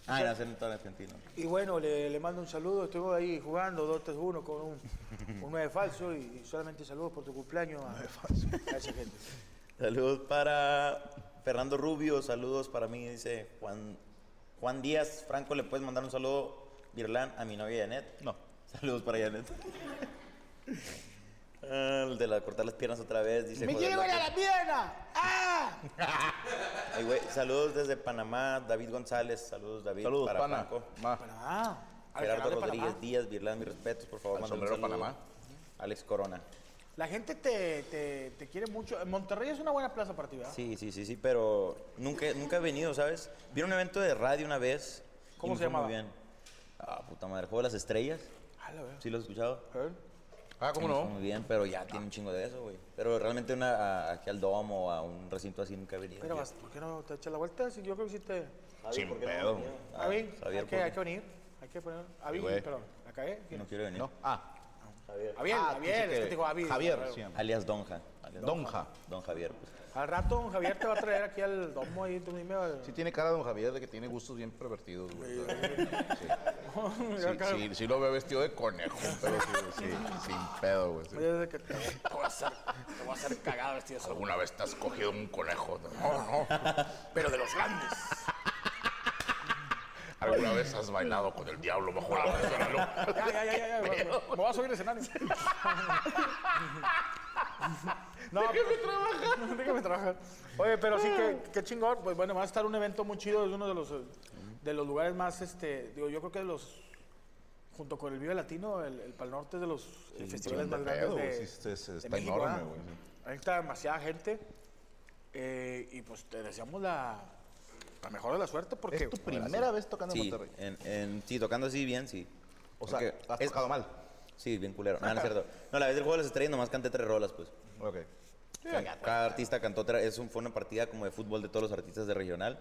[SPEAKER 5] Ah, en acento argentino.
[SPEAKER 3] Y bueno, le, le mando un saludo. Estuve ahí jugando 2-3-1 con un, un 9 falso y solamente saludos por tu cumpleaños a, a esa gente.
[SPEAKER 5] Saludos para Fernando Rubio, saludos para mí, dice Juan, Juan Díaz. Franco, ¿le puedes mandar un saludo, Virlán, a mi novia Janet?
[SPEAKER 4] No.
[SPEAKER 5] Saludos para Janet. Ah, El de la cortar las piernas otra vez, dice.
[SPEAKER 3] ¡Me
[SPEAKER 5] Joder,
[SPEAKER 3] quiere cortar
[SPEAKER 5] López.
[SPEAKER 3] la pierna! ¡Ah!
[SPEAKER 5] Ay, güey, saludos desde Panamá, David González, saludos David.
[SPEAKER 4] Saludos,
[SPEAKER 5] para
[SPEAKER 4] pana.
[SPEAKER 5] Franco.
[SPEAKER 4] Ma.
[SPEAKER 3] Ah, al
[SPEAKER 5] Gerardo
[SPEAKER 3] canal de
[SPEAKER 5] Rodríguez
[SPEAKER 3] Panamá.
[SPEAKER 5] Díaz, Virlán, mis respetos, por favor.
[SPEAKER 4] Al
[SPEAKER 5] mándame un
[SPEAKER 4] sombrero
[SPEAKER 5] saludo.
[SPEAKER 4] Panamá.
[SPEAKER 5] Alex Corona.
[SPEAKER 3] La gente te, te- te quiere mucho. Monterrey es una buena plaza para ti, ¿verdad?
[SPEAKER 5] Sí, sí, sí, sí, pero nunca, nunca he venido, ¿sabes? Vi un evento de radio una vez. y
[SPEAKER 3] ¿Cómo
[SPEAKER 5] me
[SPEAKER 3] se
[SPEAKER 5] fue muy
[SPEAKER 3] llamaba?
[SPEAKER 5] bien. Ah, puta madre, Juego de las Estrellas.
[SPEAKER 3] Ah, la verdad.
[SPEAKER 5] ¿Sí lo has escuchado?
[SPEAKER 4] Ah, ¿cómo
[SPEAKER 5] Me fue
[SPEAKER 4] no?
[SPEAKER 5] Muy bien, pero ya tiene un chingo de eso, güey. Pero realmente una, a- aquí al domo o a un recinto así nunca he venido.
[SPEAKER 3] Pero, vas- ¿por qué no te echas la vuelta? Si yo creo que sí te...
[SPEAKER 5] Javi,
[SPEAKER 4] Sin
[SPEAKER 5] ¿por qué no
[SPEAKER 4] pedo.
[SPEAKER 5] has venido? Ah,
[SPEAKER 3] Avi, hay,
[SPEAKER 5] Javier,
[SPEAKER 3] que,
[SPEAKER 5] ¿por
[SPEAKER 3] hay
[SPEAKER 5] qué?
[SPEAKER 3] que venir. Hay que poner... Avi,
[SPEAKER 4] güey.
[SPEAKER 3] perdón. ¿La cagué? ¿Quién?
[SPEAKER 5] No quiere venir.
[SPEAKER 4] No. Ah,
[SPEAKER 5] Javier.
[SPEAKER 3] Javier, Javier. Es que te digo Avi.
[SPEAKER 4] Javier. sí.
[SPEAKER 5] Alias Donja. alias
[SPEAKER 4] Donja.
[SPEAKER 5] Don Javier, pues.
[SPEAKER 3] Al rato, don Javier te va a traer aquí al domo ahí, tú dime. al-
[SPEAKER 4] Sí tiene cara don Javier de que tiene gustos bien pervertidos, güey. Sí. Sí,
[SPEAKER 3] acá-
[SPEAKER 4] sí, sí lo veo vestido de conejo, pero sí, sí, sin pedo, güey. sí.
[SPEAKER 3] Oye, desde que te-
[SPEAKER 4] Te voy a hacer, te voy a hacer cagada vestido ¿Alguna vez te has cogido un conejo? No, no. Pero de los grandes. ¿Alguna vez has bailado con el diablo bajo la luz de la luna?
[SPEAKER 3] Ya, ya, ya, ya, ya, me- me voy a subir al escenario. no, déjame trabajar. déjame trabajar. Oye, pero sí, qué, qué chingón. Pues bueno, va a estar un evento muy chido. Es uno de los, eh, de los lugares más, este, digo, yo creo que de los, junto con el Vive Latino, el, el Pal Norte es de los eh, festivales más grandes de, de México, ¿verdad? Ahí está demasiada gente. eh, y pues te deseamos la, la mejor de la suerte porque... pues,
[SPEAKER 4] Es tu primera vez tocando en
[SPEAKER 5] Sí,
[SPEAKER 4] Monterrey.
[SPEAKER 5] en, en- sí, tocando así bien, sí.
[SPEAKER 4] O sea,
[SPEAKER 5] Porque
[SPEAKER 4] has
[SPEAKER 5] es-
[SPEAKER 4] tocado mal.
[SPEAKER 5] Sí, bien culero. No, no es cierto. No, la vez del juego de las estrellas nomás canté tres rolas, pues.
[SPEAKER 4] Ok.
[SPEAKER 5] Cada artista cantó otra. Es un, fue una partida como de fútbol de todos los artistas de regional.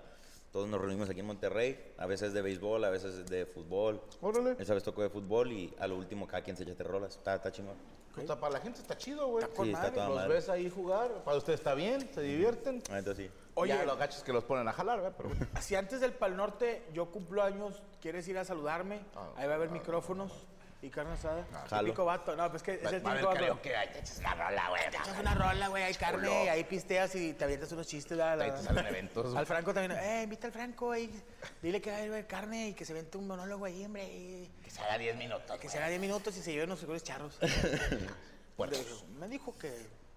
[SPEAKER 5] Todos nos reunimos aquí en Monterrey. A veces de béisbol, a veces de fútbol.
[SPEAKER 4] Órale.
[SPEAKER 5] Esa vez tocó de fútbol y a lo último cada quien se echa tres rolas. Está, está chingón.
[SPEAKER 4] O sea, para la gente está chido, güey.
[SPEAKER 5] con Sí, está madre. toda
[SPEAKER 4] Los
[SPEAKER 5] madre.
[SPEAKER 4] ves ahí jugar. Para ustedes está bien, se divierten.
[SPEAKER 5] Ah, Entonces sí.
[SPEAKER 3] Oye.
[SPEAKER 4] Oye, los gachos que los ponen a jalar, ¿verdad? Pero bueno.
[SPEAKER 3] Si antes del Pal Norte yo cumplo años, ¿quieres ir a saludarme?
[SPEAKER 4] Ah,
[SPEAKER 3] Ahí va a haber micrófonos y carne asada.
[SPEAKER 5] Jalo.
[SPEAKER 3] típico vato. No, pues es que es el
[SPEAKER 4] Va a
[SPEAKER 3] típico
[SPEAKER 4] haber
[SPEAKER 3] vato.
[SPEAKER 4] karaoke, ahí te echas la rola, güey.
[SPEAKER 3] Echas una rola, güey, hay carne, y ahí pisteas y te avientas unos chistes. La, la-
[SPEAKER 4] Ahí te salen eventos, güey.
[SPEAKER 3] Al Franco también. Eh, invita al Franco, ahí. Dile que va a haber carne y que se vente un monólogo ahí, hombre. y
[SPEAKER 4] Que se haga 10 minutos.
[SPEAKER 3] que se haga 10 minutos y se lleven unos seguros charros.
[SPEAKER 4] Puercos.
[SPEAKER 3] Me dijo que,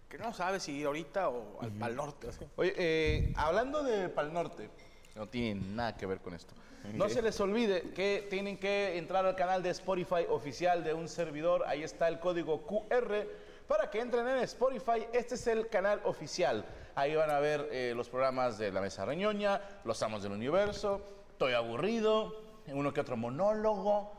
[SPEAKER 3] que no sabe si ir ahorita o al Pal Norte. así.
[SPEAKER 4] Oye, eh, hablando de Pal Norte, no tiene nada que ver con esto. No se les olvide que tienen que entrar al canal de Spotify oficial de un servidor. Ahí está el código QR para que entren en Spotify. Este es el canal oficial. Ahí van a ver eh, los programas de La Mesa Reñoña, Los Amos del Universo, Estoy Aburrido, uno que otro monólogo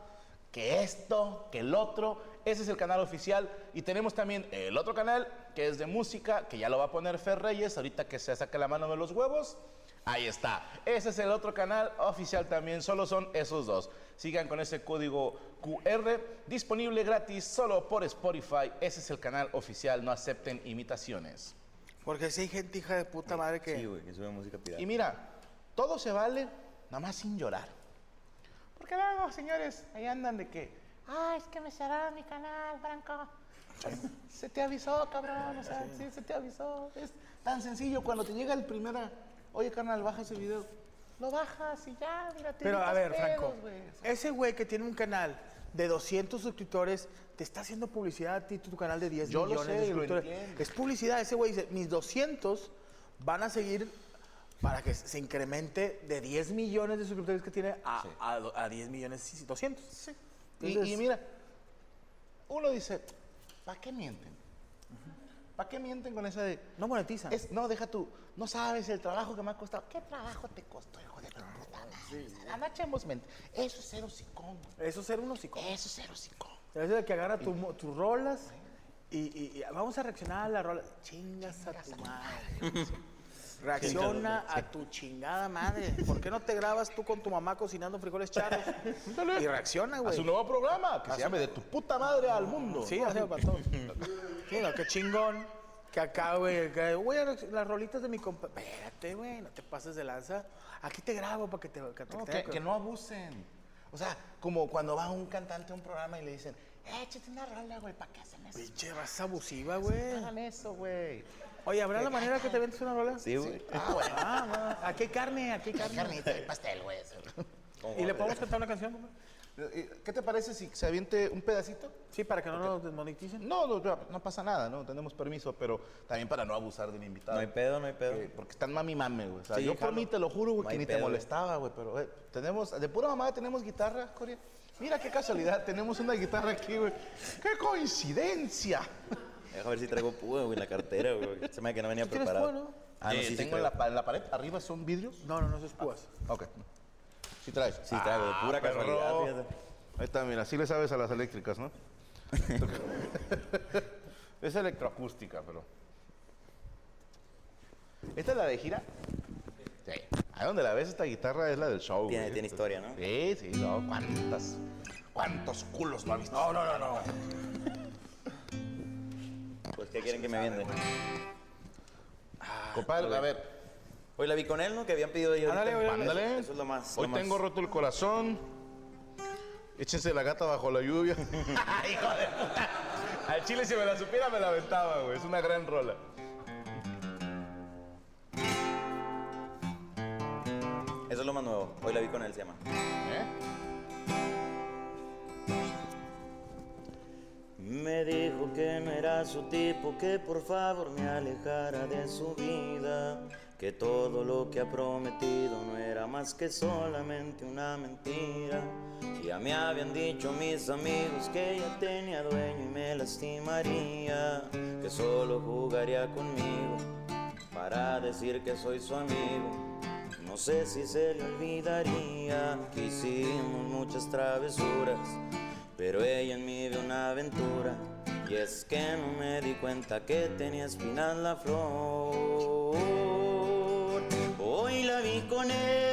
[SPEAKER 4] que esto, que el otro. Ese es el canal oficial. Y tenemos también el otro canal, que es de música, que ya lo va a poner Fer Reyes, ahorita que se saca la mano de los huevos. Ahí está. Ese es el otro canal oficial también. Solo son esos dos. Sigan con ese código QR disponible gratis solo por Spotify. Ese es el canal oficial. No acepten imitaciones.
[SPEAKER 3] Porque si hay gente, hija de puta madre, que.
[SPEAKER 5] Sí, güey, que sube música pirata.
[SPEAKER 4] Y mira, todo se vale, nada más sin llorar. Porque luego, señores, ahí andan de que, ah, es que me cerraron mi canal, Franco. Se te avisó, cabrón, o sea, sí, se te avisó. Es tan sencillo, cuando te llega el primera, oye, carnal, baja ese video. Lo bajas y ya, mira, te
[SPEAKER 3] Pero a
[SPEAKER 4] evitas
[SPEAKER 3] ver,
[SPEAKER 4] pedos,
[SPEAKER 3] Franco,
[SPEAKER 4] güey.
[SPEAKER 3] ese güey que tiene un canal de 200 suscriptores te está haciendo publicidad a ti, tu canal de 10
[SPEAKER 4] Yo lo
[SPEAKER 3] millones
[SPEAKER 4] sé
[SPEAKER 3] de
[SPEAKER 4] y lo
[SPEAKER 3] suscriptores.
[SPEAKER 4] entiendo.
[SPEAKER 3] es publicidad, ese güey dice, mis 200 van a seguir para que se incremente de 10 millones de suscriptores que tiene a, a do- a 10 millones sí, sí, 200.
[SPEAKER 4] Y- Y,
[SPEAKER 3] Entonces-
[SPEAKER 4] mira, uno dice, ¿para qué mienten? ¿Para qué mienten con esa de,
[SPEAKER 3] No monetiza.
[SPEAKER 4] Es- no, deja tú. No sabes el trabajo que me ha costado. ¿Qué trabajo te costó, hijo de tu puta madre? La noche hemos mentido. Eso es ser hocicón.
[SPEAKER 3] Eso es ser un hocico.
[SPEAKER 4] Eso es ser hocicón.
[SPEAKER 3] Es de que agarra tu mo- tus rolas y, y- y vamos a reaccionar a la rola. Chingas a tu madre. Reacciona a tu chingada madre. ¿Por qué no te grabas tú con tu mamá cocinando frijoles charros? y reacciona, güey.
[SPEAKER 4] nuevo programa Ah, que
[SPEAKER 3] se llame
[SPEAKER 4] De tu puta madre al mundo.
[SPEAKER 3] Sí, o sea, para todo. Sí, no, qué chingón. Que acá, güey, que, güey, las rolitas de mi compa. Espérate, güey, no te pases de lanza. Aquí te grabo para que te. que te-
[SPEAKER 4] No,
[SPEAKER 3] te-
[SPEAKER 4] que, que no abusen. O sea, como cuando va un cantante a un programa y le dicen, "Eh, échate una rola, güey, ¿para qué hacen eso?
[SPEAKER 3] Pinche raza abusiva, güey.
[SPEAKER 4] Hagan eso, güey.
[SPEAKER 3] Oye, ¿habrá la manera que te vendes una rola?
[SPEAKER 5] Sí, güey.
[SPEAKER 4] Ah, bueno.
[SPEAKER 3] Ah, va. Aquí hay carne, aquí hay carne.
[SPEAKER 4] Carnita y pastel, güey.
[SPEAKER 3] ¿Y le podemos cantar una canción? compa?
[SPEAKER 4] ¿Qué te parece si se aviente un pedacito?
[SPEAKER 3] Sí, para que no nos desmoneticen.
[SPEAKER 4] No, no, no, no pasa nada, no tenemos permiso, pero también para no abusar del invitado.
[SPEAKER 5] No hay pedo, no hay pedo.
[SPEAKER 4] Eh, porque están mami mame, güey. O sea,
[SPEAKER 5] Sí,
[SPEAKER 4] yo por
[SPEAKER 5] jalo.
[SPEAKER 4] mí te lo juro, güey,
[SPEAKER 5] No
[SPEAKER 4] que
[SPEAKER 5] hay
[SPEAKER 4] ni te
[SPEAKER 5] pedo.
[SPEAKER 4] molestaba, güey, pero eh, tenemos, de pura mamada tenemos guitarra, Corea. Mira qué casualidad, tenemos una guitarra aquí, güey. ¡Qué coincidencia!
[SPEAKER 5] Deja ver si traigo púa, güey, en la cartera, güey. Se me hace que no venía
[SPEAKER 3] tienes
[SPEAKER 5] preparado.
[SPEAKER 3] púa, no?
[SPEAKER 5] Ah, no,
[SPEAKER 4] Eh,
[SPEAKER 5] sí, sí,
[SPEAKER 4] tengo en
[SPEAKER 5] traigo.
[SPEAKER 4] la, pa- en la pared, arriba son vidrios.
[SPEAKER 3] No, no, no, eso es púas.
[SPEAKER 4] Ok. Sí traes. Ah,
[SPEAKER 5] Sí, traigo, de pura
[SPEAKER 4] perro.
[SPEAKER 5] casualidad, fíjate.
[SPEAKER 4] Ahí está, mira, sí le sabes a las eléctricas, ¿no? es electroacústica, pero. ¿Esta es la de gira? Sí. Ahí donde la ves esta guitarra es la del show,
[SPEAKER 5] Tiene-
[SPEAKER 4] güey.
[SPEAKER 5] tiene historia, ¿no?
[SPEAKER 4] Sí, sí, no, cuántas. ¿Cuántos culos no ha visto?
[SPEAKER 3] No, no, no, no.
[SPEAKER 5] Pues, ¿qué quieren que me venda?
[SPEAKER 4] Compadre, a ver.
[SPEAKER 5] Hoy la vi con él, ¿no? Que habían pedido ellos.
[SPEAKER 3] Ándale,
[SPEAKER 5] ahorita.
[SPEAKER 3] oye,
[SPEAKER 5] Eso-
[SPEAKER 4] Ándale.
[SPEAKER 5] Eso es lo más.
[SPEAKER 4] Hoy
[SPEAKER 5] lo más.
[SPEAKER 4] tengo roto el corazón. Échense la gata bajo la lluvia. Hijo de puta. Al chile, si me la supiera, me la aventaba, güey. Es una gran rola.
[SPEAKER 5] Eso es lo más nuevo. Hoy la vi con él, se llama.
[SPEAKER 4] ¿Eh?
[SPEAKER 5] Me dijo que no era su tipo, que por favor me alejara de su vida, que todo lo que ha prometido no era más que solamente una mentira. Ya me habían dicho mis amigos que ella tenía dueño y me lastimaría, que solo jugaría conmigo para decir que soy su amigo. No sé si se le olvidaría que hicimos muchas travesuras, pero ella en mí vio una aventura. Y es que no me di cuenta que tenía espinas la flor. Hoy la vi con él.